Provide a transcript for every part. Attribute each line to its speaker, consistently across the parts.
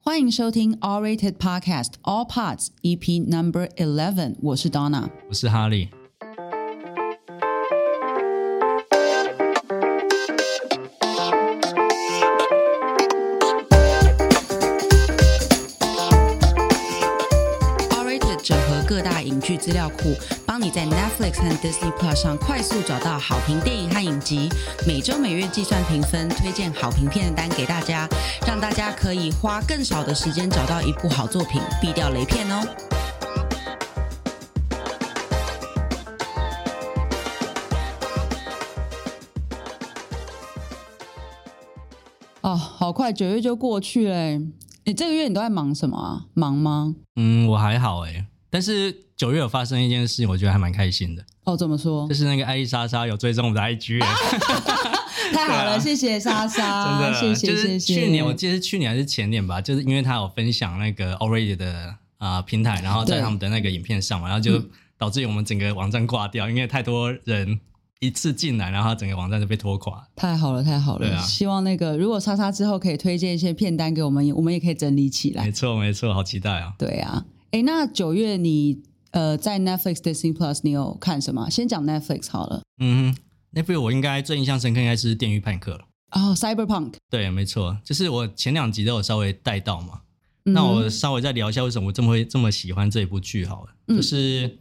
Speaker 1: 欢迎收听 All Rated Podcast All Parts EP Number Eleven，我是 Donna。
Speaker 2: 我是哈利。
Speaker 1: All Rated 整合各大影剧资料库，帮你在 Netflix 和 Disney Plus 上快速找到好评电影和影集，每周每月计算评分，推荐好评片单给大家，让大家可以花更少的时间找到一部好作品，避掉雷片哦。哦，好快九月就过去嘞！你这个月你都在忙什么啊？忙吗？
Speaker 2: 嗯，我还好哎、但是九月有发生一件事情，我觉得还蛮开心的，
Speaker 1: 哦，怎么说
Speaker 2: 就？是那个艾丽莎莎有追踪我们的 IG，、欸、
Speaker 1: 太好了，
Speaker 2: 对啊
Speaker 1: 谢谢莎莎，
Speaker 2: 真的，
Speaker 1: 啊
Speaker 2: 啊
Speaker 1: 谢谢
Speaker 2: 就
Speaker 1: 谢
Speaker 2: 是
Speaker 1: 谢。
Speaker 2: 去年我记得是去年还是前年吧，就是因为她有分享那个 Already 的啊、呃平台，然后在
Speaker 1: 对嗯
Speaker 2: 他们的那个影片上嘛，然后就导致于我们整个网站挂掉，因为太多人一次进来，然后整个网站就被拖垮。
Speaker 1: 太好了，太好了！
Speaker 2: 对啊
Speaker 1: 希望那个如果莎莎之后可以推荐一些片单给我们，我们也可以整理起来
Speaker 2: 没。错，没错，好期待啊！
Speaker 1: 对啊，诶，那九月你呃在 Netflix、Disney Plus 你有看什么？先讲 Netflix 好了。
Speaker 2: 嗯哼，那部我应该最印象深刻应该是《电狱判客》了。
Speaker 1: 哦、c y b e r p u n k
Speaker 2: 对，没错，就是我前两集都有稍微带到嘛。
Speaker 1: 嗯
Speaker 2: 那我稍微再聊一下为什么我这么会这么喜欢这一部剧好了，
Speaker 1: 嗯
Speaker 2: 就是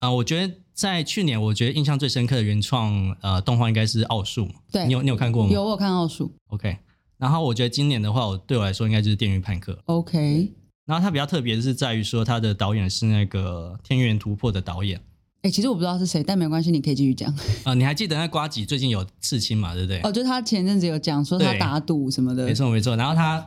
Speaker 2: 啊、呃我觉得在去年我觉得印象最深刻的原创呃动画应该是《奥数》嘛，
Speaker 1: 对
Speaker 2: 你有你有看过吗？
Speaker 1: 有我有看奥数
Speaker 2: OK，然后我觉得今年的话，我对我来说应该就是《电锯判客》。
Speaker 1: ，OK。
Speaker 2: 然后它比较特别的是在于说，它的导演是那个《天元突破》的导演
Speaker 1: 诶，其实我不知道是谁，但没关系，你可以继续讲。
Speaker 2: 啊、呃你还记得那瓜吉最近有刺青嘛？对不对？
Speaker 1: 哦，就他前阵子有讲说他
Speaker 2: 对
Speaker 1: 打赌什么的，
Speaker 2: 没错没错。然后他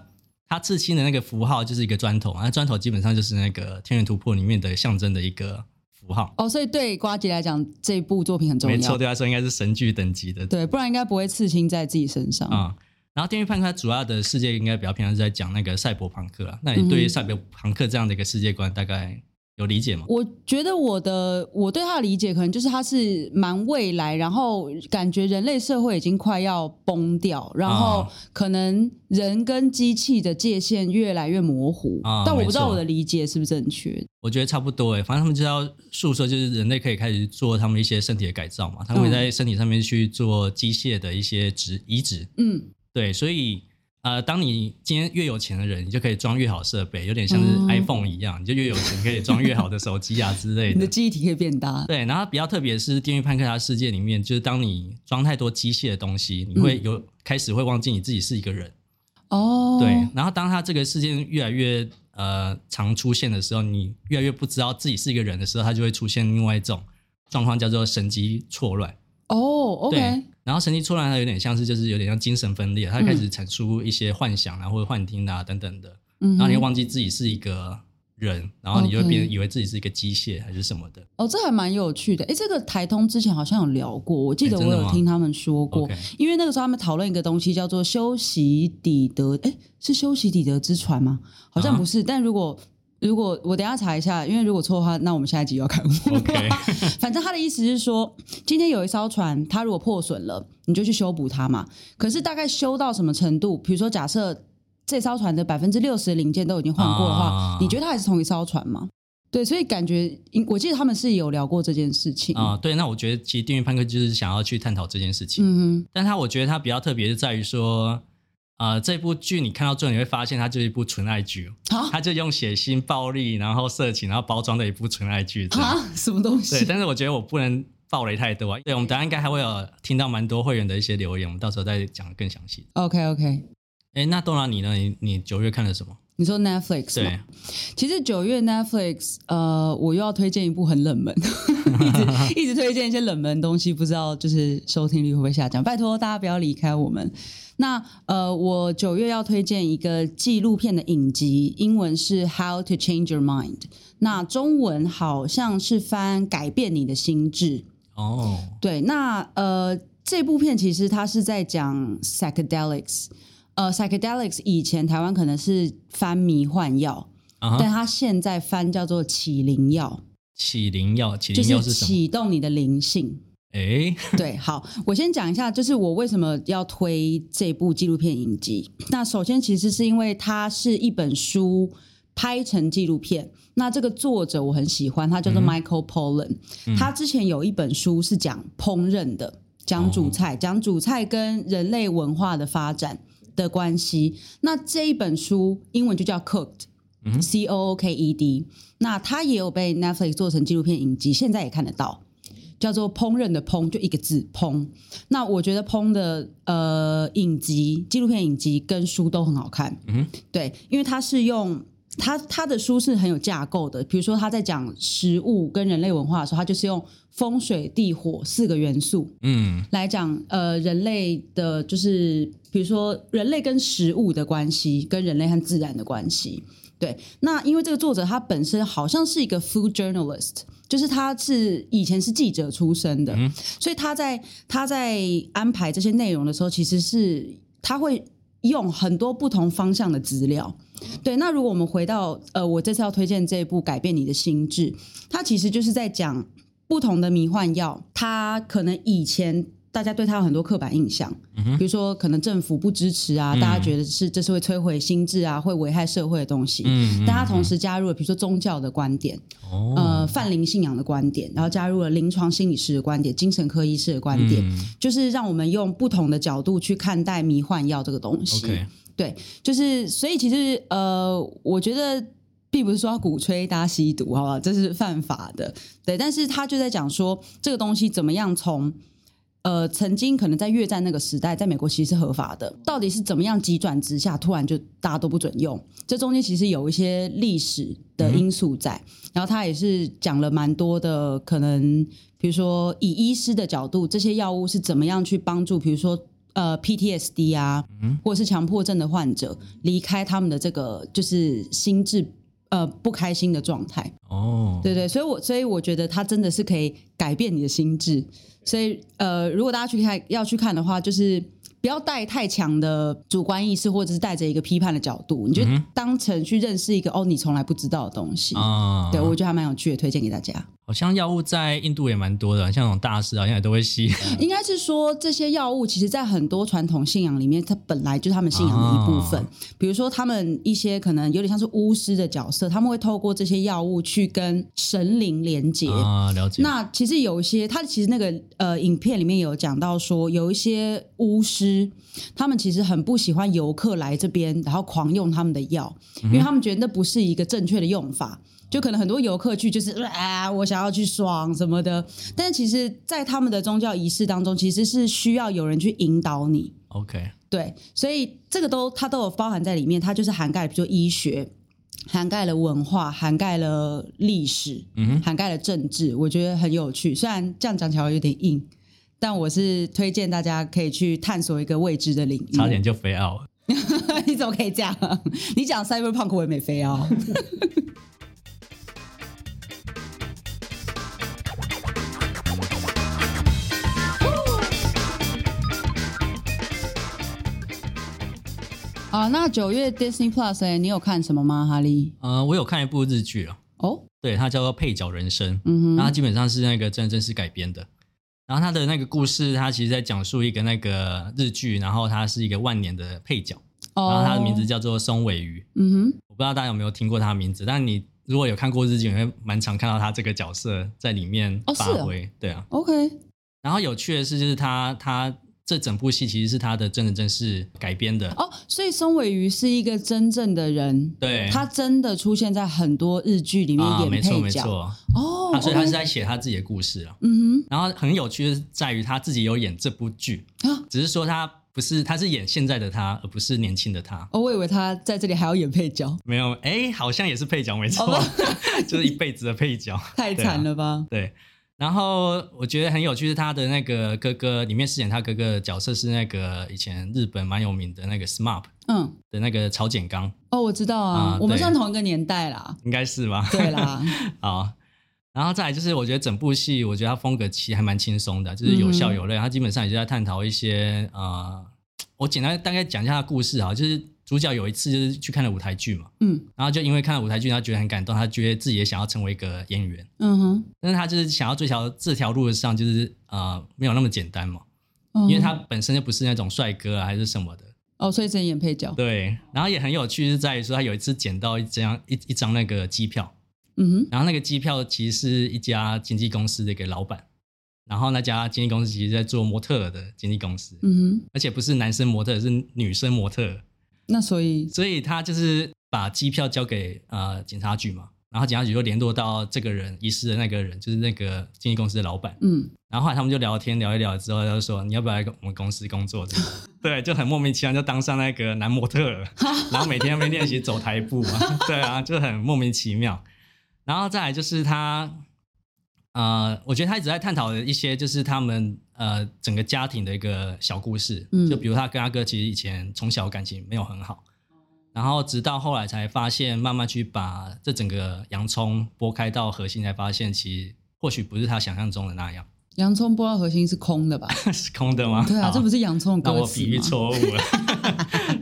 Speaker 2: 他刺青的那个符号就是一个砖头，那砖头基本上就是那个《天元突破》里面的象征的一个符号。
Speaker 1: 哦，所以对瓜姐来讲，这部作品很重
Speaker 2: 没错，
Speaker 1: 要。
Speaker 2: 对他来说应该是神剧等级的
Speaker 1: 对，不然应该不会刺青在自己身上。
Speaker 2: 啊、然后《电锯判客》它主要的世界应该比较偏向是在讲那个赛博朋克啊。那你
Speaker 1: 嗯
Speaker 2: 对于
Speaker 1: 哼
Speaker 2: 赛博朋克这样的一个世界观，大概有理解吗？
Speaker 1: 我觉得我的我对他的理解，可能就是他是蛮未来，然后感觉人类社会已经快要崩掉，然后
Speaker 2: 啊
Speaker 1: 可能人跟机器的界限越来越模糊。
Speaker 2: 啊
Speaker 1: 但我不知道
Speaker 2: 没错
Speaker 1: 我的理解是不是正确。
Speaker 2: 我觉得差不多诶，反正他们就要诉说，就是人类可以开始做他们一些身体的改造嘛，他们会
Speaker 1: 嗯
Speaker 2: 在身体上面去做机械的一些植移植。
Speaker 1: 嗯，
Speaker 2: 对，所以呃，当你今天越有钱的人，你就可以装越好设备，有点像是
Speaker 1: 哦
Speaker 2: iPhone 一样，你就越有钱可以装越好的手机啊之类
Speaker 1: 你的
Speaker 2: 的。
Speaker 1: 记忆体可以变大。
Speaker 2: 对，然后比较特别的是《电锯判客》它世界里面，就是当你装太多机械的东西，你会有、开始会忘记你自己是一个人。
Speaker 1: 嗯哦，
Speaker 2: 对，然后当它这个事件越来越呃常出现的时候，你越来越不知道自己是一个人的时候，它就会出现另外一种状况，叫做神经错乱。
Speaker 1: 哦，OK，
Speaker 2: 对，然后神经错乱它有点像是就是有点像精神分裂，它开始产出一些幻想啊、或者幻听啊等等的，
Speaker 1: 嗯
Speaker 2: 然后你
Speaker 1: 哼
Speaker 2: 会忘记自己是一个人，然后你就会
Speaker 1: OK
Speaker 2: 变以为自己是一个机械还是什么的。
Speaker 1: 哦，这还蛮有趣的。诶，这个台通之前好像有聊过，我记
Speaker 2: 诶
Speaker 1: 得我
Speaker 2: 真的
Speaker 1: 有
Speaker 2: 吗
Speaker 1: 听他们说过
Speaker 2: OK，
Speaker 1: 因为那个时候他们讨论一个东西叫做修昔底德，诶，是修昔底德之船吗？好像
Speaker 2: 啊
Speaker 1: 不是，但如果如果我等一下查一下，因为如果错的话，那我们下一集要看。
Speaker 2: OK，
Speaker 1: 反正他的意思是说，今天有一艘船，它如果破损了，你就去修补它嘛。可是大概修到什么程度？比如说，假设这艘船的百分之六十零件都已经换过的话，
Speaker 2: 啊
Speaker 1: 你觉得它还是同一艘船吗？对，所以感觉，我记得他们是有聊过这件事情。
Speaker 2: 啊、对，那我觉得其实《电锯判客》就是想要去探讨这件事情。
Speaker 1: 嗯
Speaker 2: 但它我觉得它比较特别是在于说，呃，这部剧你看到最后你会发现它就是一部纯爱剧，
Speaker 1: 哼，啊
Speaker 2: 它就用血腥、暴力，然后色情，然后包装的一部纯爱剧这样。
Speaker 1: 啊，什么东
Speaker 2: 对，
Speaker 1: 西？
Speaker 2: 但是我觉得我不能暴雷太多啊。对，我们等一下应该还会有听到蛮多会员的一些留言，我们到时候再讲更详细。
Speaker 1: OK OK，
Speaker 2: 哎，那豆然你呢？你你九月看了什么？
Speaker 1: 你说 Netflix 吗
Speaker 2: 对，
Speaker 1: 其实九月 Netflix，呃，我又要推荐一部很冷门， 一直一直推荐一些冷门的东西，不知道就是收听率会不会下降？拜托大家不要离开我们。那呃，我九月要推荐一个纪录片的影集，英文是《How to Change Your Mind》，那中文好像是翻《改变你的心智》。
Speaker 2: 哦，
Speaker 1: 对，那呃，这部片其实它是在讲 psychedelics，呃，psychedelics 以前台湾可能是翻迷幻药。
Speaker 2: 啊
Speaker 1: 但
Speaker 2: 哈，
Speaker 1: 它现在翻叫做起灵药，
Speaker 2: 起灵药，起
Speaker 1: 就
Speaker 2: 灵药
Speaker 1: 是
Speaker 2: 是什么？
Speaker 1: 启动你的灵性。
Speaker 2: 诶，
Speaker 1: 对，好，我先讲一下，就是我为什么要推这部纪录片影集。那首先，其实是因为它是一本书拍成纪录片。那这个作者我很喜欢，他叫做 Michael Pollan、他之前有一本书是讲烹饪的，讲主菜，讲主菜跟人类文化的发展的关系。那这一本书英文就叫 Cooked。C O O K E D，那它也有被 Netflix 做成纪录片影集，现在也看得到。叫做烹饪的烹，就一个字烹。那我觉得烹的呃影集、纪录片影集跟书都很好看。嗯，对，因为它是用它它的书是很有架构的，比如说他在讲食物跟人类文化的时候，他就是用风水地火四个元素，
Speaker 2: 嗯
Speaker 1: 来讲，呃，人类的就是比如说人类跟食物的关系，跟人类和自然的关系。对，那因为这个作者他本身好像是一个 food journalist，就是他是以前是记者出身的，所以他在他在安排这些内容的时候，其实是他会用很多不同方向的资料。对，那如果我们回到呃，我这次要推荐这一部《改变你的心智》，它其实就是在讲不同的迷幻药，它可能以前大家对它有很多刻板印象，比如说可能政府不支持啊，大家觉得是这是会摧毁心智啊，会危害社会的东西。
Speaker 2: 嗯，
Speaker 1: 但它同时加入了比如说宗教的观点，呃，泛灵信仰的观点，然后加入了临床心理师的观点、精神科医师的观点，
Speaker 2: 嗯
Speaker 1: 就是让我们用不同的角度去看待迷幻药这个东西。
Speaker 2: ，OK，
Speaker 1: 对，就是所以其实呃，我觉得并不是说要鼓吹大家吸毒，好不好？这是犯法的，对。但是他就在讲说这个东西怎么样从。呃，曾经可能在越战那个时代，在美国其实是合法的，到底是怎么样急转直下，突然就大家都不准用？这中间其实有一些历史的因素在。然后他也是讲了蛮多的，可能比如说以医师的角度，这些药物是怎么样去帮助，比如说呃 PTSD 啊，或者是强迫症的患者离开他们的这个就是心智呃不开心的状态，
Speaker 2: 哦，
Speaker 1: 对对，所以我所以我觉得它真的是可以改变你的心智，所以呃，如果大家去看要去看的话，就是不要带太强的主观意识，或者是带着一个批判的角度，你就当成去认识一个哦你从来不知道的东西，
Speaker 2: 啊，
Speaker 1: 对我觉得还蛮有趣的，推荐给大家。
Speaker 2: 好像药物在印度也蛮多的，像那种大师啊好像也都会吸。
Speaker 1: 应该是说，这些药物其实，在很多传统信仰里面，它本来就是他们信仰的一部分。
Speaker 2: 哦
Speaker 1: 比如说，他们一些可能有点像是巫师的角色，他们会透过这些药物去跟神灵连接。
Speaker 2: 啊，了解。
Speaker 1: 那其实有一些，他其实那个呃，影片里面有讲到说，有一些巫师，他们其实很不喜欢游客来这边，然后狂用他们的药，因为他们觉得那不是一个正确的用法。就可能很多游客去就是啊，我想要去爽什么的，但其实，在他们的宗教仪式当中，其实是需要有人去引导你。
Speaker 2: OK，
Speaker 1: 对，所以这个都它都有包含在里面，它就是涵盖，比如说医学，涵盖了文化，涵盖了历史，
Speaker 2: 嗯
Speaker 1: 涵盖了政治，我觉得很有趣。虽然这样讲起来有点硬，但我是推荐大家可以去探索一个未知的领域。
Speaker 2: 差点，就飞奥了。
Speaker 1: 你怎么可以这样、啊？你讲 cyberpunk 我也没飞哦。 啊，那九月 Disney Plus 哎、你有看什么吗，哈利？
Speaker 2: 呃，我有看一部日剧啊，
Speaker 1: 哦，
Speaker 2: 对，它叫做《配角人生》，
Speaker 1: 嗯
Speaker 2: 那它
Speaker 1: 哼，
Speaker 2: 基本上是那个真人真事改编的。然后它的那个故事，它其实在讲述一个那个日剧，然后它是一个万年的配角，然后啊它的名字
Speaker 1: 哦，
Speaker 2: 叫做松尾鱼。
Speaker 1: 嗯哼，
Speaker 2: 我不知道大家有没有听过他的名字，但你如果有看过日剧，你会蛮常看到他这个角色在里面
Speaker 1: 哦是
Speaker 2: 发
Speaker 1: 哦
Speaker 2: 挥。对啊，
Speaker 1: OK，
Speaker 2: 然后有趣的是，就是他他这整部戏其实是他的真人真事改编的。
Speaker 1: 哦，所以松尾鱼是一个真正的人，
Speaker 2: 对
Speaker 1: 他真的出现在很多日剧里面
Speaker 2: 啊，
Speaker 1: 演
Speaker 2: 没
Speaker 1: 配
Speaker 2: 错
Speaker 1: 角，
Speaker 2: 没错，
Speaker 1: 哦
Speaker 2: 他所以他是
Speaker 1: OK
Speaker 2: 在写他自己的故事啊。
Speaker 1: 嗯
Speaker 2: 然后很有趣的是在于他自己有演这部剧，
Speaker 1: 哼啊，
Speaker 2: 只是说他不是他是演现在的他，而不是年轻的他。
Speaker 1: 哦，我以为他在这里还要演配角，
Speaker 2: 没有，哎，好像也是配角，没错，
Speaker 1: 哦
Speaker 2: 就是一辈子的配角。
Speaker 1: 太惨了吧？
Speaker 2: 对，啊然后我觉得很有趣是他的那个哥哥，里面饰演他哥哥的角色是那个以前日本蛮有名的那个 SMAP
Speaker 1: 嗯，
Speaker 2: 的那个草剪刚，
Speaker 1: 哦，我知道啊，
Speaker 2: 啊
Speaker 1: 我们
Speaker 2: 对
Speaker 1: 算同一个年代啦，
Speaker 2: 应该是吧？
Speaker 1: 对 啦，
Speaker 2: 好，然后再来就是我觉得整部戏，我觉得它风格其实还蛮轻松的，就是有笑有泪。它基本上也就在探讨一些呃，我简单大概讲一下它的故事啊，就是主角有一次就是去看了舞台剧嘛，
Speaker 1: 嗯
Speaker 2: 然后就因为看了舞台剧，他觉得很感动，他觉得自己也想要成为一个演员，
Speaker 1: 嗯哼，
Speaker 2: 但是他就是想要追求这条路上就是呃没有那么简单嘛，
Speaker 1: 嗯
Speaker 2: 因为他本身就不是那种帅哥啊还是什么的，
Speaker 1: 哦，所以只能演配角，
Speaker 2: 对，然后也很有趣是在于说他有一次捡到一张一一张那个机票，
Speaker 1: 嗯哼，
Speaker 2: 然后那个机票其实是一家经纪公司的一个老板，然后那家经纪公司其实在做模特儿的经纪公司，
Speaker 1: 嗯哼，
Speaker 2: 而且不是男生模特儿，是女生模特儿，
Speaker 1: 那所以
Speaker 2: 所以他就是把机票交给呃警察局嘛，然后警察局就联络到这个人遗失的那个人，就是那个经纪公司的老板，
Speaker 1: 嗯，
Speaker 2: 然后后来他们就聊天聊一聊之后，他就说你要不要来我们公司工作？这样对，就很莫名其妙就当上那个男模特了，然后每天在那边练习走台步嘛，对啊，就很莫名其妙。然后再来就是他，呃，我觉得他一直在探讨的一些就是他们呃整个家庭的一个小故事，
Speaker 1: 嗯
Speaker 2: 就比如他跟他哥其实以前从小感情没有很好，然后直到后来才发现，慢慢去把这整个洋葱剥开到核心，才发现其实或许不是他想象中的那样。
Speaker 1: 洋葱剥到核心是空 的吧？
Speaker 2: 是空的吗？
Speaker 1: 对啊，
Speaker 2: 好
Speaker 1: 这不是洋葱的
Speaker 2: 那
Speaker 1: 歌
Speaker 2: 我
Speaker 1: 词
Speaker 2: 比喻
Speaker 1: 吗
Speaker 2: 错误了。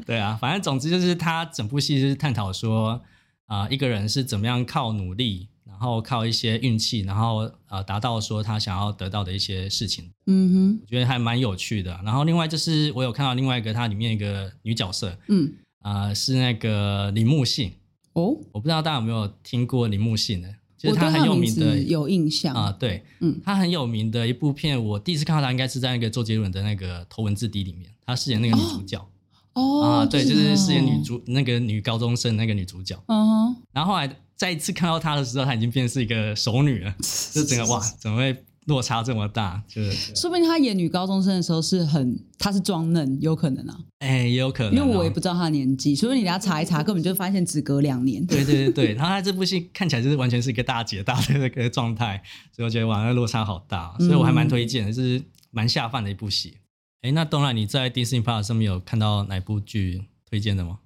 Speaker 2: 对啊，反正总之就是他整部戏就是探讨说，啊、一个人是怎么样靠努力，然后靠一些运气，然后呃达到说他想要得到的一些事情，
Speaker 1: 嗯
Speaker 2: 我觉得还蛮有趣的。然后另外就是我有看到另外一个它里面一个女角色，
Speaker 1: 哼，嗯，
Speaker 2: 啊，是那个铃木杏，
Speaker 1: 哦，
Speaker 2: 我不知道大家有没有听过铃木杏呢？就
Speaker 1: 我
Speaker 2: 是
Speaker 1: 对
Speaker 2: 很
Speaker 1: 他
Speaker 2: 有
Speaker 1: 名
Speaker 2: 名的
Speaker 1: 字有印象
Speaker 2: 啊、，对，
Speaker 1: 嗯
Speaker 2: 他很有名的一部片，我第一次看到他应该是在那个周杰伦的那个《头文字 D》里面，他饰演那个女主角啊
Speaker 1: 哦，
Speaker 2: 对，就是饰演
Speaker 1: 这样
Speaker 2: 女，主那个女高中生那个女主角。
Speaker 1: 嗯哼，
Speaker 2: 然后后来再一次看到她的时候，她已经变成是一个熟女了，就整个 哇，怎么会落差这么大？就是
Speaker 1: 说不定他演女高中生的时候是很，他是装嫩，有可能啊，
Speaker 2: 哎，也有可能、
Speaker 1: 因
Speaker 2: 哦，嗯
Speaker 1: 为我也不知道他的年纪，所以你等下查一查，根本就发现只隔两年。
Speaker 2: 对对对对，然后他这部戏看起来就是完全是一个大姐大的那个状态，所以我觉得哇，那落差好大，哦所以我还蛮推荐的，就是蛮下饭的一部戏。哎，那当然你在 Disney Plus 上面有看到哪部剧推荐的吗？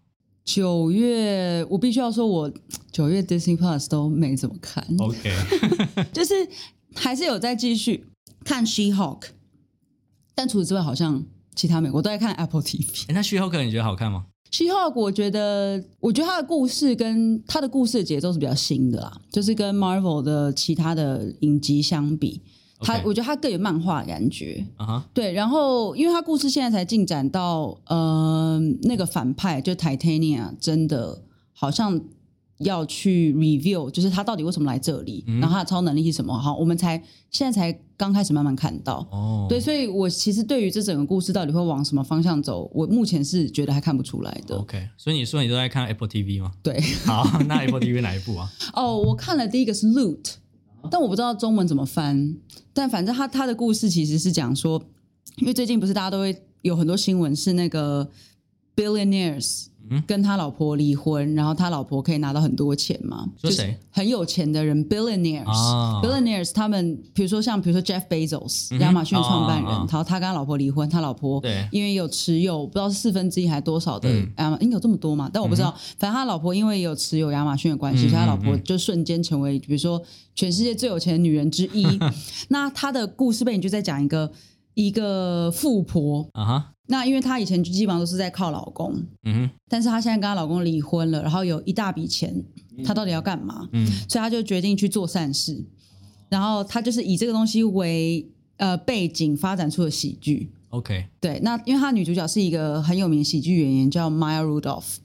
Speaker 1: 九月，我必须要说我，九月 Disney Plus 都没怎么看，
Speaker 2: OK，
Speaker 1: 就是还是有在继续看 She Hulk，但除此之外，好像其他美国都在看 Apple TV。
Speaker 2: 诶那《徐浩克》你觉得好看吗？
Speaker 1: 西浩，我觉得，我觉得他的故事跟他的故事的节奏是比较新的啦，就是跟 Marvel 的其他的影集相比，他
Speaker 2: OK
Speaker 1: 我觉得他更有漫画的感觉。
Speaker 2: 啊哈，
Speaker 1: 对，然后因为他故事现在才进展到，呃，那个反派就 Titania 真的好像要去 review，就是他到底为什么来这里，然后他的超能力是什么？好，我们才现在才刚开始慢慢看到。
Speaker 2: 哦，
Speaker 1: 对，所以我其实对于这整个故事到底会往什么方向走，我目前是觉得还看不出来的。
Speaker 2: ，OK，所以你说你都在看 Apple TV 吗？
Speaker 1: 对，
Speaker 2: 好，那 Apple TV 哪一部啊？
Speaker 1: 哦，我看了第一个是 Loot，但我不知道中文怎么翻，但反正他他的故事其实是讲说，因为最近不是大家都会有很多新闻是那个 billionaires
Speaker 2: 嗯
Speaker 1: 跟他老婆离婚，然后他老婆可以拿到很多钱嘛，
Speaker 2: 说
Speaker 1: 就
Speaker 2: 谁
Speaker 1: 是很有钱的人 billionaires、
Speaker 2: 啊
Speaker 1: billionaires 他们比如说像比如说 Jeff Bezos
Speaker 2: 嗯哼
Speaker 1: 亚马逊创办人，
Speaker 2: 啊啊啊
Speaker 1: 然后他跟他老婆离婚，他老婆
Speaker 2: 对
Speaker 1: 因为有持有不知道是四分之一还是多少的
Speaker 2: 嗯
Speaker 1: 啊，应该有这么多嘛？但我不知道。反正他老婆因为有持有亚马逊的关系，所
Speaker 2: 嗯
Speaker 1: 以他老婆
Speaker 2: 嗯嗯
Speaker 1: 就瞬间成为比如说全世界最有钱的女人之 一。那他的故事背景就在讲一个一个富婆，
Speaker 2: 啊哈，
Speaker 1: 那因为她以前基本上都是在靠老公，
Speaker 2: 嗯哼，
Speaker 1: 但是她现在跟她老公离婚了，然后有一大笔钱，她到底要干嘛？
Speaker 2: 嗯
Speaker 1: 所以她就决定去做善事，然后她就是以这个东西为呃背景发展出了喜剧。
Speaker 2: ，OK，
Speaker 1: 对，那因为她女主角是一个很有名的喜剧演员，叫 Maya Rudolph。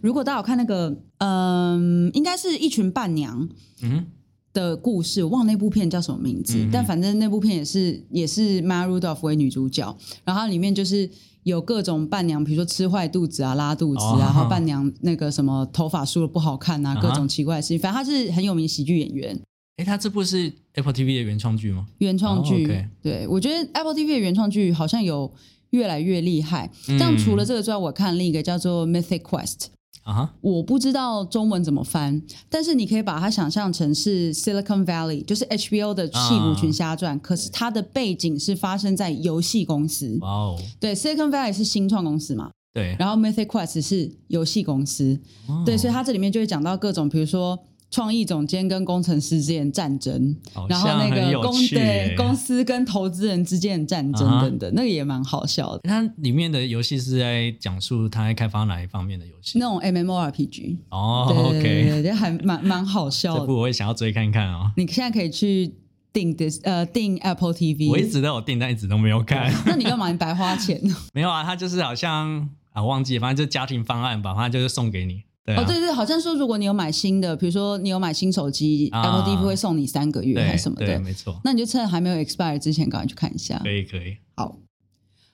Speaker 1: 如果大家有看那个，嗯、应该是一群伴娘
Speaker 2: 嗯哼，
Speaker 1: 的故事，我忘了那部片叫什么名字，
Speaker 2: 嗯
Speaker 1: 但反正那部片也是也是 Maya Rudolph 为女主角，然后它里面就是。有各种伴娘，比如说吃坏肚子啊、拉肚子啊，
Speaker 2: 哦
Speaker 1: 然后伴娘那个什么头发梳的不好看啊，
Speaker 2: 啊哈
Speaker 1: 各种奇怪的事情。反正她是很有名的喜剧演员，
Speaker 2: 哎，他这部是 Apple TV 的原创剧吗？
Speaker 1: 原创剧。
Speaker 2: 哦，OK
Speaker 1: 对，我觉得 Apple TV 的原创剧好像有越来越厉害。
Speaker 2: 嗯
Speaker 1: 但除了这个之外，我看另一个叫做《Mythic Quest》，
Speaker 2: 啊哈，
Speaker 1: 我不知道中文怎么翻，但是你可以把它想象成是 Silicon Valley，就是 HBO 的《戏骨群侠传》
Speaker 2: 啊
Speaker 1: 可是它的背景是发生在游戏公司。
Speaker 2: 哇哦，
Speaker 1: 对，Silicon Valley 是新创公司嘛，
Speaker 2: 对，
Speaker 1: 然后 Mythic Quest 是游戏公司。
Speaker 2: 哦
Speaker 1: 对，所以它这里面就会讲到各种，比如说创意总监跟工程师之间的战争，
Speaker 2: 哦好
Speaker 1: 然后
Speaker 2: 像
Speaker 1: 那
Speaker 2: 很
Speaker 1: 个
Speaker 2: 有
Speaker 1: 公
Speaker 2: 趣
Speaker 1: 对
Speaker 2: 耶
Speaker 1: 公司跟投资人之间的战争
Speaker 2: 啊哈
Speaker 1: 等等，那个也蛮好笑的。
Speaker 2: 它里面的游戏是在讲述它在开发哪一方面的游戏
Speaker 1: 那？种 MMORPG，
Speaker 2: 哦
Speaker 1: 对对
Speaker 2: ，OK，
Speaker 1: 对，就还蛮蛮好笑
Speaker 2: 这
Speaker 1: 的。
Speaker 2: 部我也想要追看看哦。
Speaker 1: 你现在可以去订 this 呃订 Apple
Speaker 2: 我一
Speaker 1: TV，
Speaker 2: 直都有订，但一直都没有看。
Speaker 1: 那你干嘛？你白花钱？
Speaker 2: 没有啊，它就是好像啊，忘记了，反正就家庭方案吧，反正就是送给你。 对啊，
Speaker 1: 哦，对对，好像说如果你有买新的，比如说你有买新手机、
Speaker 2: 啊
Speaker 1: Apple TV 会送你三个月
Speaker 2: 对
Speaker 1: 还是什么
Speaker 2: 对
Speaker 1: 的，
Speaker 2: 没错，
Speaker 1: 那你就趁还没有 expire 之前赶快去看一下
Speaker 2: 可。以可以。
Speaker 1: 好，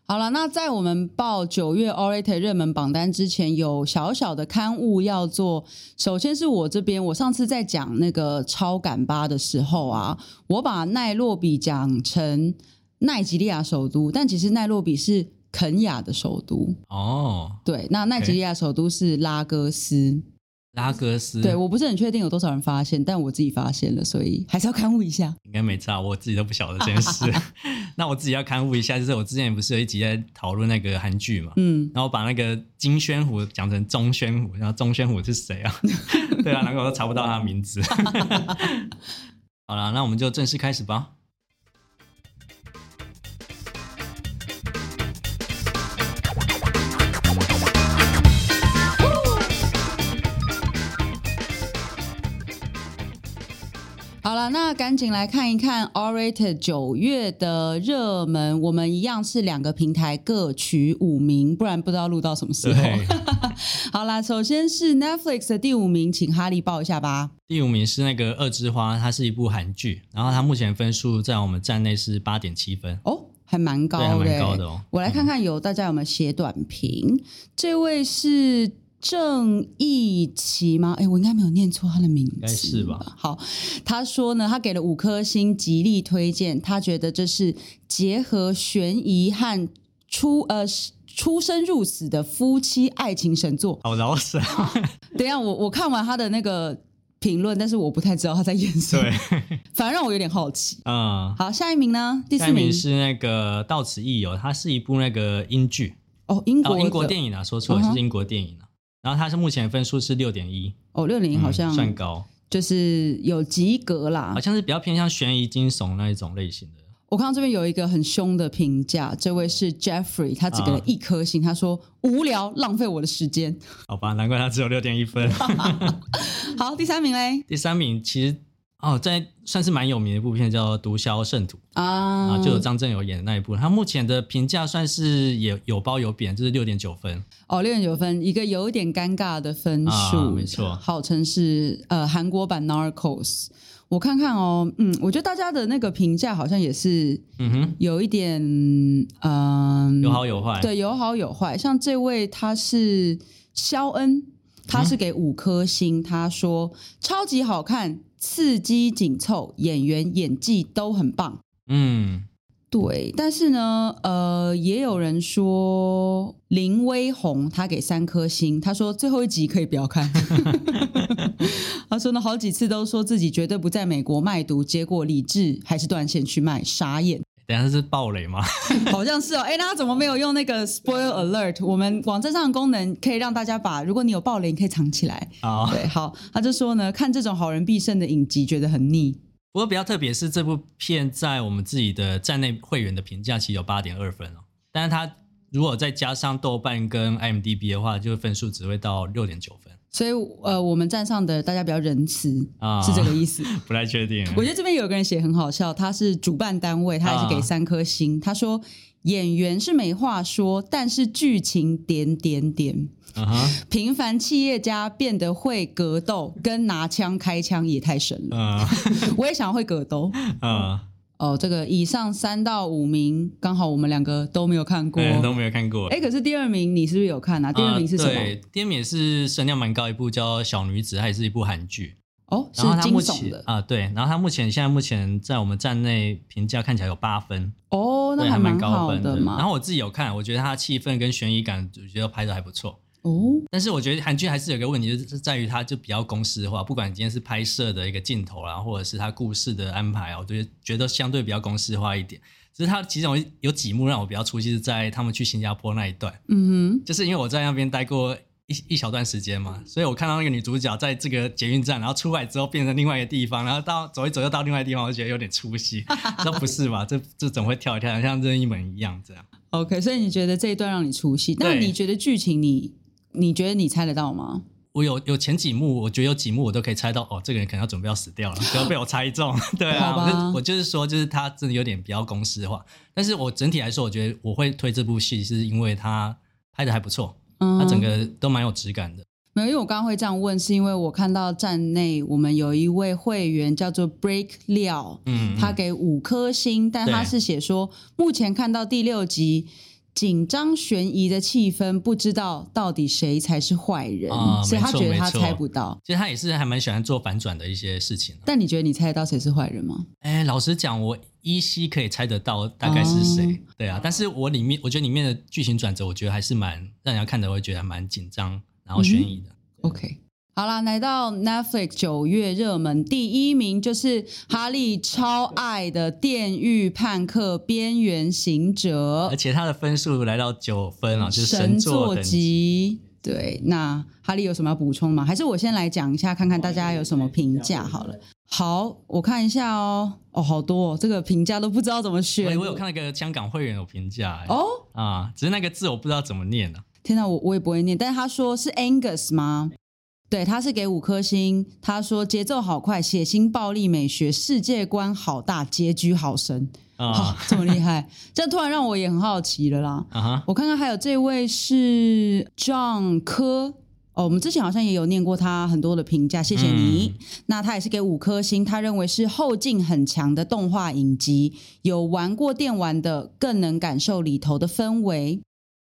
Speaker 1: 好了，那在我们报九月 Orator 热门榜单之前，有小小的刊物要做。首先是我这边，我上次在讲那个超感巴的时候啊，我把奈洛比讲成奈及利亚首都，但其实奈洛比是肯雅的首都。
Speaker 2: 哦，
Speaker 1: 对，那奈及利亚首都是拉各斯。
Speaker 2: 拉格斯，
Speaker 1: 对，我不是很确定有多少人发现，但我自己发现了，所以还是要刊物一下。
Speaker 2: 应该没差，我自己都不晓得这 件事。那我自己要刊物一下，就是我之前不是有一集在讨论那个韩剧嘛，
Speaker 1: 嗯，
Speaker 2: 然后把那个金宣虎讲成钟宣虎，然后钟宣虎是谁啊？ 对啊，难怪我都查不到他的名字。 好了，那我们就正式开始吧。
Speaker 1: 好了，那赶紧来看一看 Orator 九月的热门，我们一样是两个平台各取五名，不然不知道录到什么时候。
Speaker 2: 对，
Speaker 1: 好啦，首先是 Netflix 的第五名，请哈利报一下吧。
Speaker 2: 第五名是那个《恶之花》，它是一部韩剧，然后它目前分数在我们站内是八点七分。
Speaker 1: 哦，还蛮高
Speaker 2: 对，还
Speaker 1: 的、欸
Speaker 2: 蛮高的哦。
Speaker 1: 我来看看有大家有没有写短评，这位是。郑义奇吗？哎，我应该没有念错他的名字，
Speaker 2: 该是吧？
Speaker 1: 好，他说呢，他给了五颗星，极力推荐。他觉得这是结合悬疑和出呃出生入死的夫妻爱情神作。
Speaker 2: 好老实，啊
Speaker 1: 等一下，我我看完他的那个评论，但是我不太知道他在演什么，
Speaker 2: 对，
Speaker 1: 反而让我有点好奇。
Speaker 2: 嗯。
Speaker 1: 好，下一名呢？第
Speaker 2: 下
Speaker 1: 四
Speaker 2: 一名
Speaker 1: 名
Speaker 2: 是那个《到此一游》，它是一部那个英剧，
Speaker 1: 哦，英国
Speaker 2: 哦，
Speaker 1: 的
Speaker 2: 英国电影啊，说错
Speaker 1: 嗯
Speaker 2: 了，
Speaker 1: 哼
Speaker 2: 是英国电影啊。然后它是目前分数是六点一，
Speaker 1: 哦，六零好像
Speaker 2: 嗯算高，
Speaker 1: 就是有及格啦
Speaker 2: 好。像是比较偏向悬疑惊悚那一种类型的。
Speaker 1: 我看到这边有一个很凶的评价，这位是 Jeffrey，他只给了
Speaker 2: 啊
Speaker 1: 一颗星，他说无聊，浪费我的时 间。
Speaker 2: 好吧，难怪它只有六点一 分。
Speaker 1: 好，第三名嘞
Speaker 2: 第三名其实哦，在算是蛮有名的一部片叫《毒枭圣徒》
Speaker 1: 啊
Speaker 2: 啊，就有张震友演的那一部。它目前的评价算是也有褒有贬，就是六点九分。
Speaker 1: 哦六点九分，一个有点尴尬的分数，
Speaker 2: 啊没错
Speaker 1: 号称是呃韩国版 Narcos。我看看哦，嗯，我觉得大家的那个评价好像也是
Speaker 2: 嗯哼，
Speaker 1: 有一点，嗯、
Speaker 2: 有好有坏。
Speaker 1: 对，有好有坏。像这位他是肖恩，他是给五颗星，他说超级好看，刺激紧凑，演员演技都很棒。
Speaker 2: 嗯，
Speaker 1: 对，但是呢，呃，也有人说林威宏他给三颗星，他说最后一集可以不要看。他说呢，好几次都说自己绝对不在美国卖毒，结果理智还是断线去卖，傻眼。
Speaker 2: 等一下是暴雷吗？
Speaker 1: 好像是哦，哎，那他怎么没有用那个 spoil alert？我们网站上的功能可以让大家把，如果你有暴雷，你可以藏起来。
Speaker 2: 啊，
Speaker 1: 对，好，他就说呢，看这种好人必胜的影集觉得很腻
Speaker 2: 不过比较特别是这部片在我们自己的站内会员的评价其实有八点二分哦，但是它如果再加上豆瓣跟 IMDB 的话，就分数只会到六点九分
Speaker 1: 所以呃，我们站上的大家比较仁慈，
Speaker 2: 啊，
Speaker 1: 是这个，意 思。
Speaker 2: 不太确定。
Speaker 1: 我觉得这边有个人写很好笑，他是主办单位，他也是给
Speaker 2: 啊
Speaker 1: 三颗星，他说演员是没话说，但是剧情点点点。
Speaker 2: 嗯哼，
Speaker 1: 平凡企业家变得会格斗，跟拿枪开枪也太神了。
Speaker 2: 嗯
Speaker 1: 我也想会格斗，
Speaker 2: 嗯，
Speaker 1: 哦，这个以上三到五名，刚好我们两个都没有看过。
Speaker 2: 嗯都没有看过。
Speaker 1: 哎，可是第二名你是不是有看啊？第二名是什
Speaker 2: 呃
Speaker 1: 么？
Speaker 2: 对，第二名也是声量蛮高一部叫《小女子》，它也是一部韩剧。
Speaker 1: 哦，是
Speaker 2: 然后它
Speaker 1: 惊
Speaker 2: 目
Speaker 1: 悚
Speaker 2: 前
Speaker 1: 的。
Speaker 2: 啊、对，然后它目前现在目前在我们站内评价看起来有八分，
Speaker 1: 哦，那
Speaker 2: 对，还
Speaker 1: 蛮
Speaker 2: 高
Speaker 1: 好
Speaker 2: 分
Speaker 1: 的
Speaker 2: 然
Speaker 1: 嘛。
Speaker 2: 后我自己有看，我觉得它的气氛跟悬疑感，我觉得拍的还不错。
Speaker 1: 哦，
Speaker 2: 但是我觉得韩剧还是有个问题，就是在于它就比较公式化，不管今天是拍摄的一个镜头啦，或者是它故事的安排啊，我觉得觉得相对比较公式化一点。只是它其中有几幕让我比较出戏，是在他们去新加坡那一段。
Speaker 1: 嗯
Speaker 2: 就是因为我在那边待过一一小段时间嘛，所以我看到那个女主角在这个捷运站，然后出来之后变成另外一个地方，然后到走一走又到另外一个地方，我就觉得有点出戏。 这不是吧？这这怎么会跳一跳，像任意门一样这样？
Speaker 1: OK，所以你觉得这一段让你出戏？那
Speaker 2: 对
Speaker 1: 你觉得剧情你你觉得你猜得到吗？
Speaker 2: 我有有前几幕，我觉得有几幕我都可以猜到，哦，这个人可能要准备要死掉了，不要被我猜中。 对啊，
Speaker 1: 好吧
Speaker 2: 我就我就是说，就是他真的有点比较公式化，但是我整体来说，我觉得我会推这部戏，是因为他拍的还不错，
Speaker 1: 嗯，
Speaker 2: 他整个都蛮有质感的。
Speaker 1: 没有，因为我刚刚会这样问，是因为我看到站内我们有一位会员叫做 Break 料，
Speaker 2: 嗯，
Speaker 1: 他给五颗星，但他
Speaker 2: 对
Speaker 1: 是写说目前看到第六集。紧张悬疑的气氛，不知道到底谁才是坏人，
Speaker 2: 啊
Speaker 1: 所以他
Speaker 2: 没错
Speaker 1: 觉得他
Speaker 2: 没错
Speaker 1: 猜不到。
Speaker 2: 其实他也是还蛮喜欢做反转的一些事情、啊。
Speaker 1: 但你觉得你猜得到谁是坏人吗？
Speaker 2: 哎，老实讲，我依稀可以猜得到大概是谁，
Speaker 1: 哦
Speaker 2: 对啊。但是我里面，我觉得里面的剧情转折，我觉得还是蛮让人家看的，会觉得还蛮紧张，然后
Speaker 1: 嗯
Speaker 2: 悬疑的。
Speaker 1: OK，好啦，来到 Netflix 九月热门第一名就是哈利超爱的《电狱判客：边缘行者
Speaker 2: 而》且他的分数来到九分啊，就是
Speaker 1: 神
Speaker 2: 作
Speaker 1: 作
Speaker 2: 等级。
Speaker 1: 级。对，那哈利有什么要补充吗？还是我先来讲一下，看看大家有什么评价好了。好，我看一下哦。哦，好多哦，这个评价都不知道怎么
Speaker 2: 哎我
Speaker 1: 选。
Speaker 2: 我有看那个香港会员有评价、哎
Speaker 1: 哦，
Speaker 2: 啊，只是那个字我不知道怎么念啊。
Speaker 1: 天哪，我我也不会念，但是他说是 Angus 吗？对，他是给五颗星。他说节奏好快，血腥暴力美学，世界观好大，结局好深，
Speaker 2: 啊
Speaker 1: 哇、
Speaker 2: 啊
Speaker 1: 这么厉害！这突然让我也很好奇了啦。
Speaker 2: 哈，
Speaker 1: 我看看还有这位是 John 科。哦，我们之前好像也有念过他很多的评价，谢谢你。
Speaker 2: 嗯
Speaker 1: 那他也是给五颗星，他认为是后劲很强的动画影集，有玩过电玩的更能感受里头的氛围。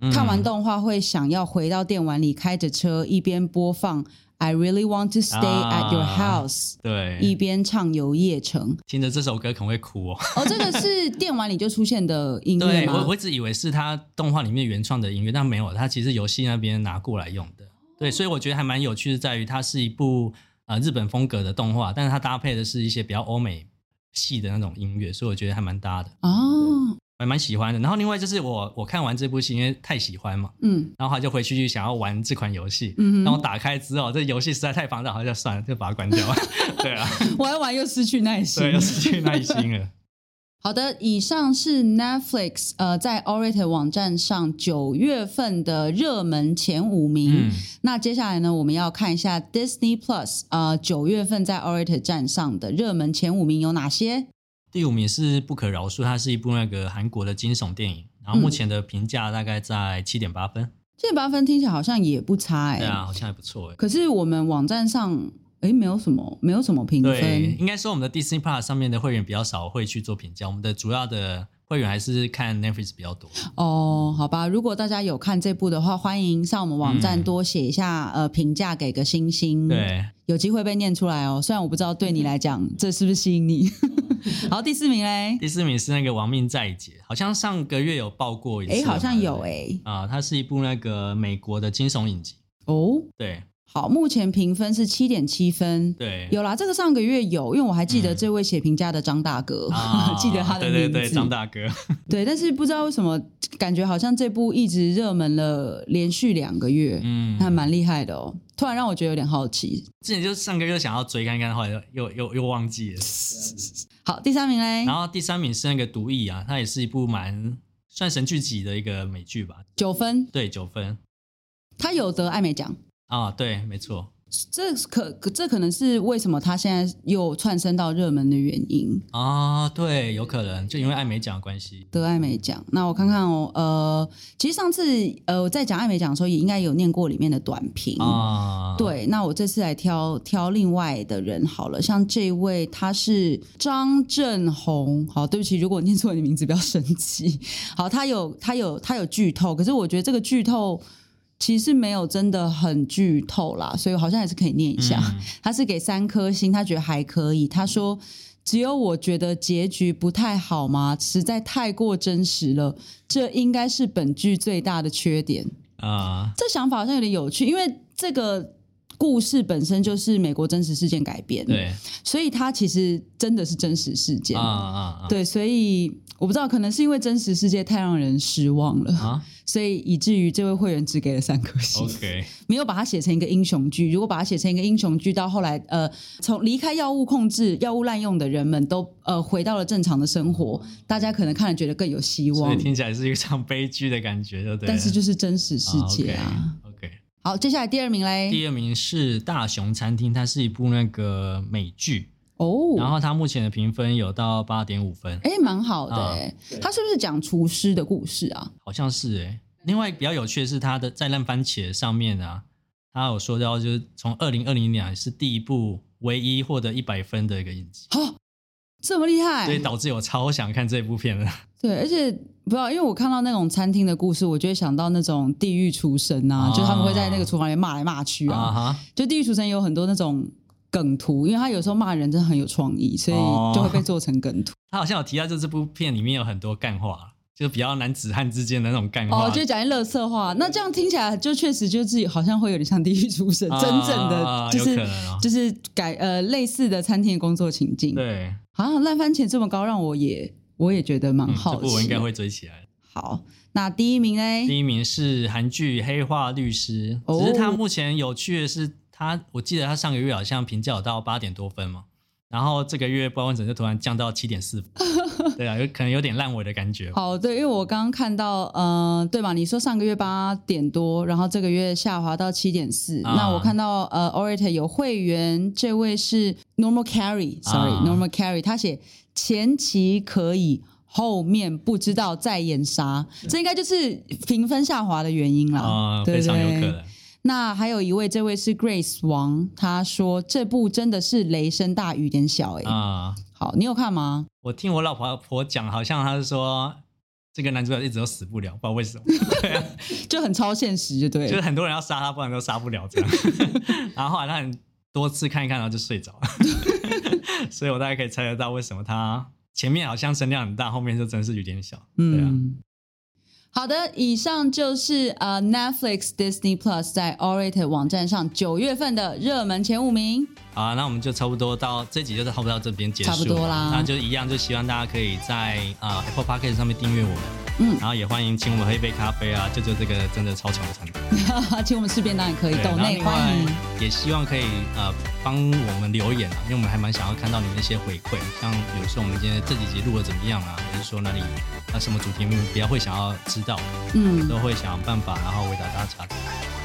Speaker 2: 嗯
Speaker 1: 看完动画会想要回到电玩里，开着车一边播放 "I really want to stay at your
Speaker 2: 啊
Speaker 1: house"，、一
Speaker 2: 对，
Speaker 1: 边畅游夜 城。
Speaker 2: 听着这首歌可能会哭哦。
Speaker 1: 哦，这个是电玩里就出现的音乐
Speaker 2: 对
Speaker 1: 吗
Speaker 2: 我我一直以为是他动画里面原创的音乐，但没有，他其实游戏那边拿过来用的。对，所以我觉得还蛮有趣的，在于它是一部呃日本风格的动画，但是它搭配的是一些比较欧美系的那种音乐，所以我觉得还蛮搭的，
Speaker 1: 哦，
Speaker 2: 还蛮喜欢的。然后另外就是我我看完这部戏，因为太喜欢嘛，
Speaker 1: 嗯
Speaker 2: 然后他就回去就想要玩这款游戏。
Speaker 1: 嗯
Speaker 2: 然后
Speaker 1: 哼，
Speaker 2: 打开之后，这游戏实在太庞大，好像算了， 就把它关掉。对啊，
Speaker 1: 玩一玩又失去耐心
Speaker 2: 对，。又失去耐心了。
Speaker 1: 好的，以上是 Netflix 呃在 Orator 网站上九月份的热门前五名。
Speaker 2: 嗯，
Speaker 1: 那接下来呢，我们要看一下 Disney Plus 呃九月份在 Orator 站上的热门前五名有哪些？
Speaker 2: 第五名是《不可饶恕》，它是一部那个韩国的惊悚电影，
Speaker 1: 嗯
Speaker 2: 然后目前的评价大概在七点八分，
Speaker 1: 这八分听起来好像也不差哎、
Speaker 2: 对啊，好像还不错哎。
Speaker 1: 可是我们网站上哎没有什么没有什么评
Speaker 2: 对，
Speaker 1: 分
Speaker 2: 应该说我们的 Disney Plus 上面的会员比较少会去做评价，我们的主要的会员还是看 Netflix 比较多。
Speaker 1: 哦，好吧。如果大家有看这部的话，欢迎上我们网站
Speaker 2: 嗯
Speaker 1: 多写一下、呃评价，给个星星。，
Speaker 2: 对，
Speaker 1: 有机会被念出来哦。虽然我不知道对你来讲这是不是吸引 你。好，第四名嘞，
Speaker 2: 第四名是那个《亡命在劫》，好像上个月有报过一次
Speaker 1: 哎
Speaker 2: 嘛，
Speaker 1: 好像有哎、
Speaker 2: 啊，它是一部那个美国的惊悚影集，
Speaker 1: 哦。
Speaker 2: 对
Speaker 1: 好，目前评分是七点七分，
Speaker 2: 对，
Speaker 1: 有啦，这个上个月有，因为我还记得
Speaker 2: 嗯
Speaker 1: 这位写评价的张大哥，
Speaker 2: 啊
Speaker 1: 记得他的名
Speaker 2: 对
Speaker 1: 字。
Speaker 2: 对对，张大哥，
Speaker 1: 对但是不知道为什么，感觉好像这部一直热门了连续两个月，
Speaker 2: 嗯，
Speaker 1: 还蛮厉害的哦。突然让我觉得有点好奇。
Speaker 2: 之前就上个月想要追看看，后来又又又又忘记了。
Speaker 1: 好，第三名嘞
Speaker 2: 然，后第三名是那个《毒液》啊，它也是一部蛮算神剧集的一个美剧吧，
Speaker 1: 九分，
Speaker 2: 对，九分
Speaker 1: 他有得艾美奖，
Speaker 2: 啊，对，没错
Speaker 1: 这可这可能是为什么他现在又窜升到热门的原因。
Speaker 2: 啊，对，有可能就因为艾美奖的关系，
Speaker 1: 得艾美奖，那我看看哦，呃，其实上次呃我在讲艾美奖的时候，也应该有念过里面的短评
Speaker 2: 啊，，
Speaker 1: 对，那我这次来挑挑另外的人好了，像这位他是张正宏，好，对不起，如果我念错你名字，不要生气。好，他有他有他有剧透，可是我觉得这个剧透其实没有真的很剧透啦，所以我好像还是可以念一下。他是给三颗星，他觉得还可以。他说：“只有我觉得结局不太好吗？实在太过真实了，这应该是本剧最大的缺点。”
Speaker 2: 啊，
Speaker 1: 这想法好像有点有趣，因为这个。故事本身就是美国真实事件改编，，
Speaker 2: 对
Speaker 1: 所以它其实真的是真实事件，
Speaker 2: 啊啊啊
Speaker 1: 对，所以我不知道，可能是因为真实世界太让人失望了，
Speaker 2: 啊哦
Speaker 1: 所以以至于这位会员只给了三颗星。
Speaker 2: ，OK，
Speaker 1: 没有把它写成一个英雄剧。如果把它写成一个英雄剧，到后来呃，从离开药物控制、药物滥用的人们都呃回到了正常的生活，大家可能看了觉得更有希
Speaker 2: 所以
Speaker 1: 望。
Speaker 2: 听起来是一个像悲剧的感觉，对不对？
Speaker 1: 但是就是真实世界啊。
Speaker 2: o k
Speaker 1: 好，接下来第二名嘞，
Speaker 2: 第二名是《大熊餐厅》，它是一部那个美剧，然
Speaker 1: 哦，
Speaker 2: 后它目前的评分有到八点五分，
Speaker 1: 哎，蛮好的哎、
Speaker 2: 对
Speaker 1: 他是不是讲厨师的故事啊？
Speaker 2: 好像是诶、另外比较有趣的是，它的在烂番茄上面啊，它有说到就是从二零二零年是第一部唯一获得一百分的一个影集，
Speaker 1: 这么厉害
Speaker 2: 所以，导致我超想看这部片的。
Speaker 1: 对，而且不知道，因为我看到那种餐厅的故事，我就会想到那种地狱厨神啊，
Speaker 2: 啊
Speaker 1: 就他们会在那个厨房里骂来骂去啊。
Speaker 2: 啊哈，
Speaker 1: 就地狱厨神有很多那种梗图，因为他有时候骂人真的很有创意，所以
Speaker 2: 哦
Speaker 1: 就会被做成梗 图。
Speaker 2: 他好像有提到，就这部片里面有很多干话，就是比较男子汉之间的那种干话。
Speaker 1: 哦，就讲一乐色话，那这样听起来就确实就自己好像会有点像地狱厨神，
Speaker 2: 啊
Speaker 1: 真正的就
Speaker 2: 有
Speaker 1: 是
Speaker 2: 可能哦
Speaker 1: 就是改呃类似的餐厅的工作情境。
Speaker 2: 对，
Speaker 1: 啊，烂番茄这么高，让我也我也觉得蛮
Speaker 2: 嗯这
Speaker 1: 好奇。
Speaker 2: 部我应该会追起来。
Speaker 1: 好，那第一名嘞，
Speaker 2: 第一名是韩剧《黑化律师》，
Speaker 1: 哎哦
Speaker 2: 只是他目前有趣的是，他我记得他上个月好像评价有到八点多分嘛，然后这个月包完整就突然降到七点四 分，对啊，有可能有点烂尾的感觉。
Speaker 1: 好，对，因为我刚刚看到，呃，对嘛，你说上个月八点多，然后这个月下滑到七点四。
Speaker 2: 啊
Speaker 1: 那我看到，呃，Orator 有会员，这位是 Normal
Speaker 2: 啊
Speaker 1: Carry，sorry，Normal、Normal Carry，他写前期可以。后面不知道再演啥，这应该就是评分下滑的原因啦，
Speaker 2: 啊、
Speaker 1: 哦对
Speaker 2: 非
Speaker 1: 不
Speaker 2: 常有
Speaker 1: 对？
Speaker 2: 可能。
Speaker 1: 那还有一位，这位是 Grace 王，他说这部真的是雷声大雨点小、欸，哎、
Speaker 2: 啊、
Speaker 1: 好，你有看吗？
Speaker 2: 我听我老婆婆讲，好像她是说这个男主角一直都死不了，不知道为什么，
Speaker 1: 就很超现实，就对
Speaker 2: 就是
Speaker 1: 了。
Speaker 2: 很多人要杀他，不然都杀不了 这样。然后后来他很多次看一看，然后就 睡着了，所以我大概可以猜得到为什么他前面好像声量很大，后面就真是有点小。对啊，
Speaker 1: 嗯，好的，以上就是呃 Netflix、Disney Plus 在 Orator 网站上九月份的热门前五名。
Speaker 2: 好啊，那我们就差不多到这集就差不多到这边结束了，
Speaker 1: 差不多啦
Speaker 2: 那就一样，就希望大家可以在啊、呃 Apple Podcast 上面订阅我们，
Speaker 1: 嗯
Speaker 2: 然后也欢迎请我们喝一杯咖啡啊，救救这个真的超强的餐厅。
Speaker 1: 请我们吃便当也可以，
Speaker 2: 对，
Speaker 1: 抖
Speaker 2: 然后
Speaker 1: 内
Speaker 2: 另
Speaker 1: 欢
Speaker 2: 外
Speaker 1: 迎。
Speaker 2: 也希望可以呃帮我们留言啊，因为我们还蛮想要看到你们一些回馈，像比如说我们今天这几集录的怎么样啊，还是说哪里啊什么主题你们比较会想要知道，
Speaker 1: 嗯，
Speaker 2: 都会想办法然后回答大家。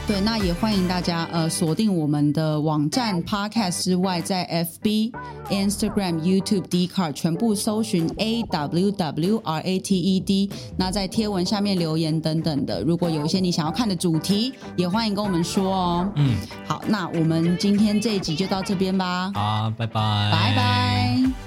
Speaker 1: 对，那也欢迎大家呃锁定我们的网站 Podcast 之外，在 FB、Instagram、YouTube、d c a r 全部搜寻 A W W R A T E D，那在贴文下面留言等等的，如果有一些你想要看的主题，也欢迎跟我们说哦。
Speaker 2: 嗯，
Speaker 1: 好，那我们今天这一集就到这边吧，
Speaker 2: 好，拜拜，
Speaker 1: 拜拜。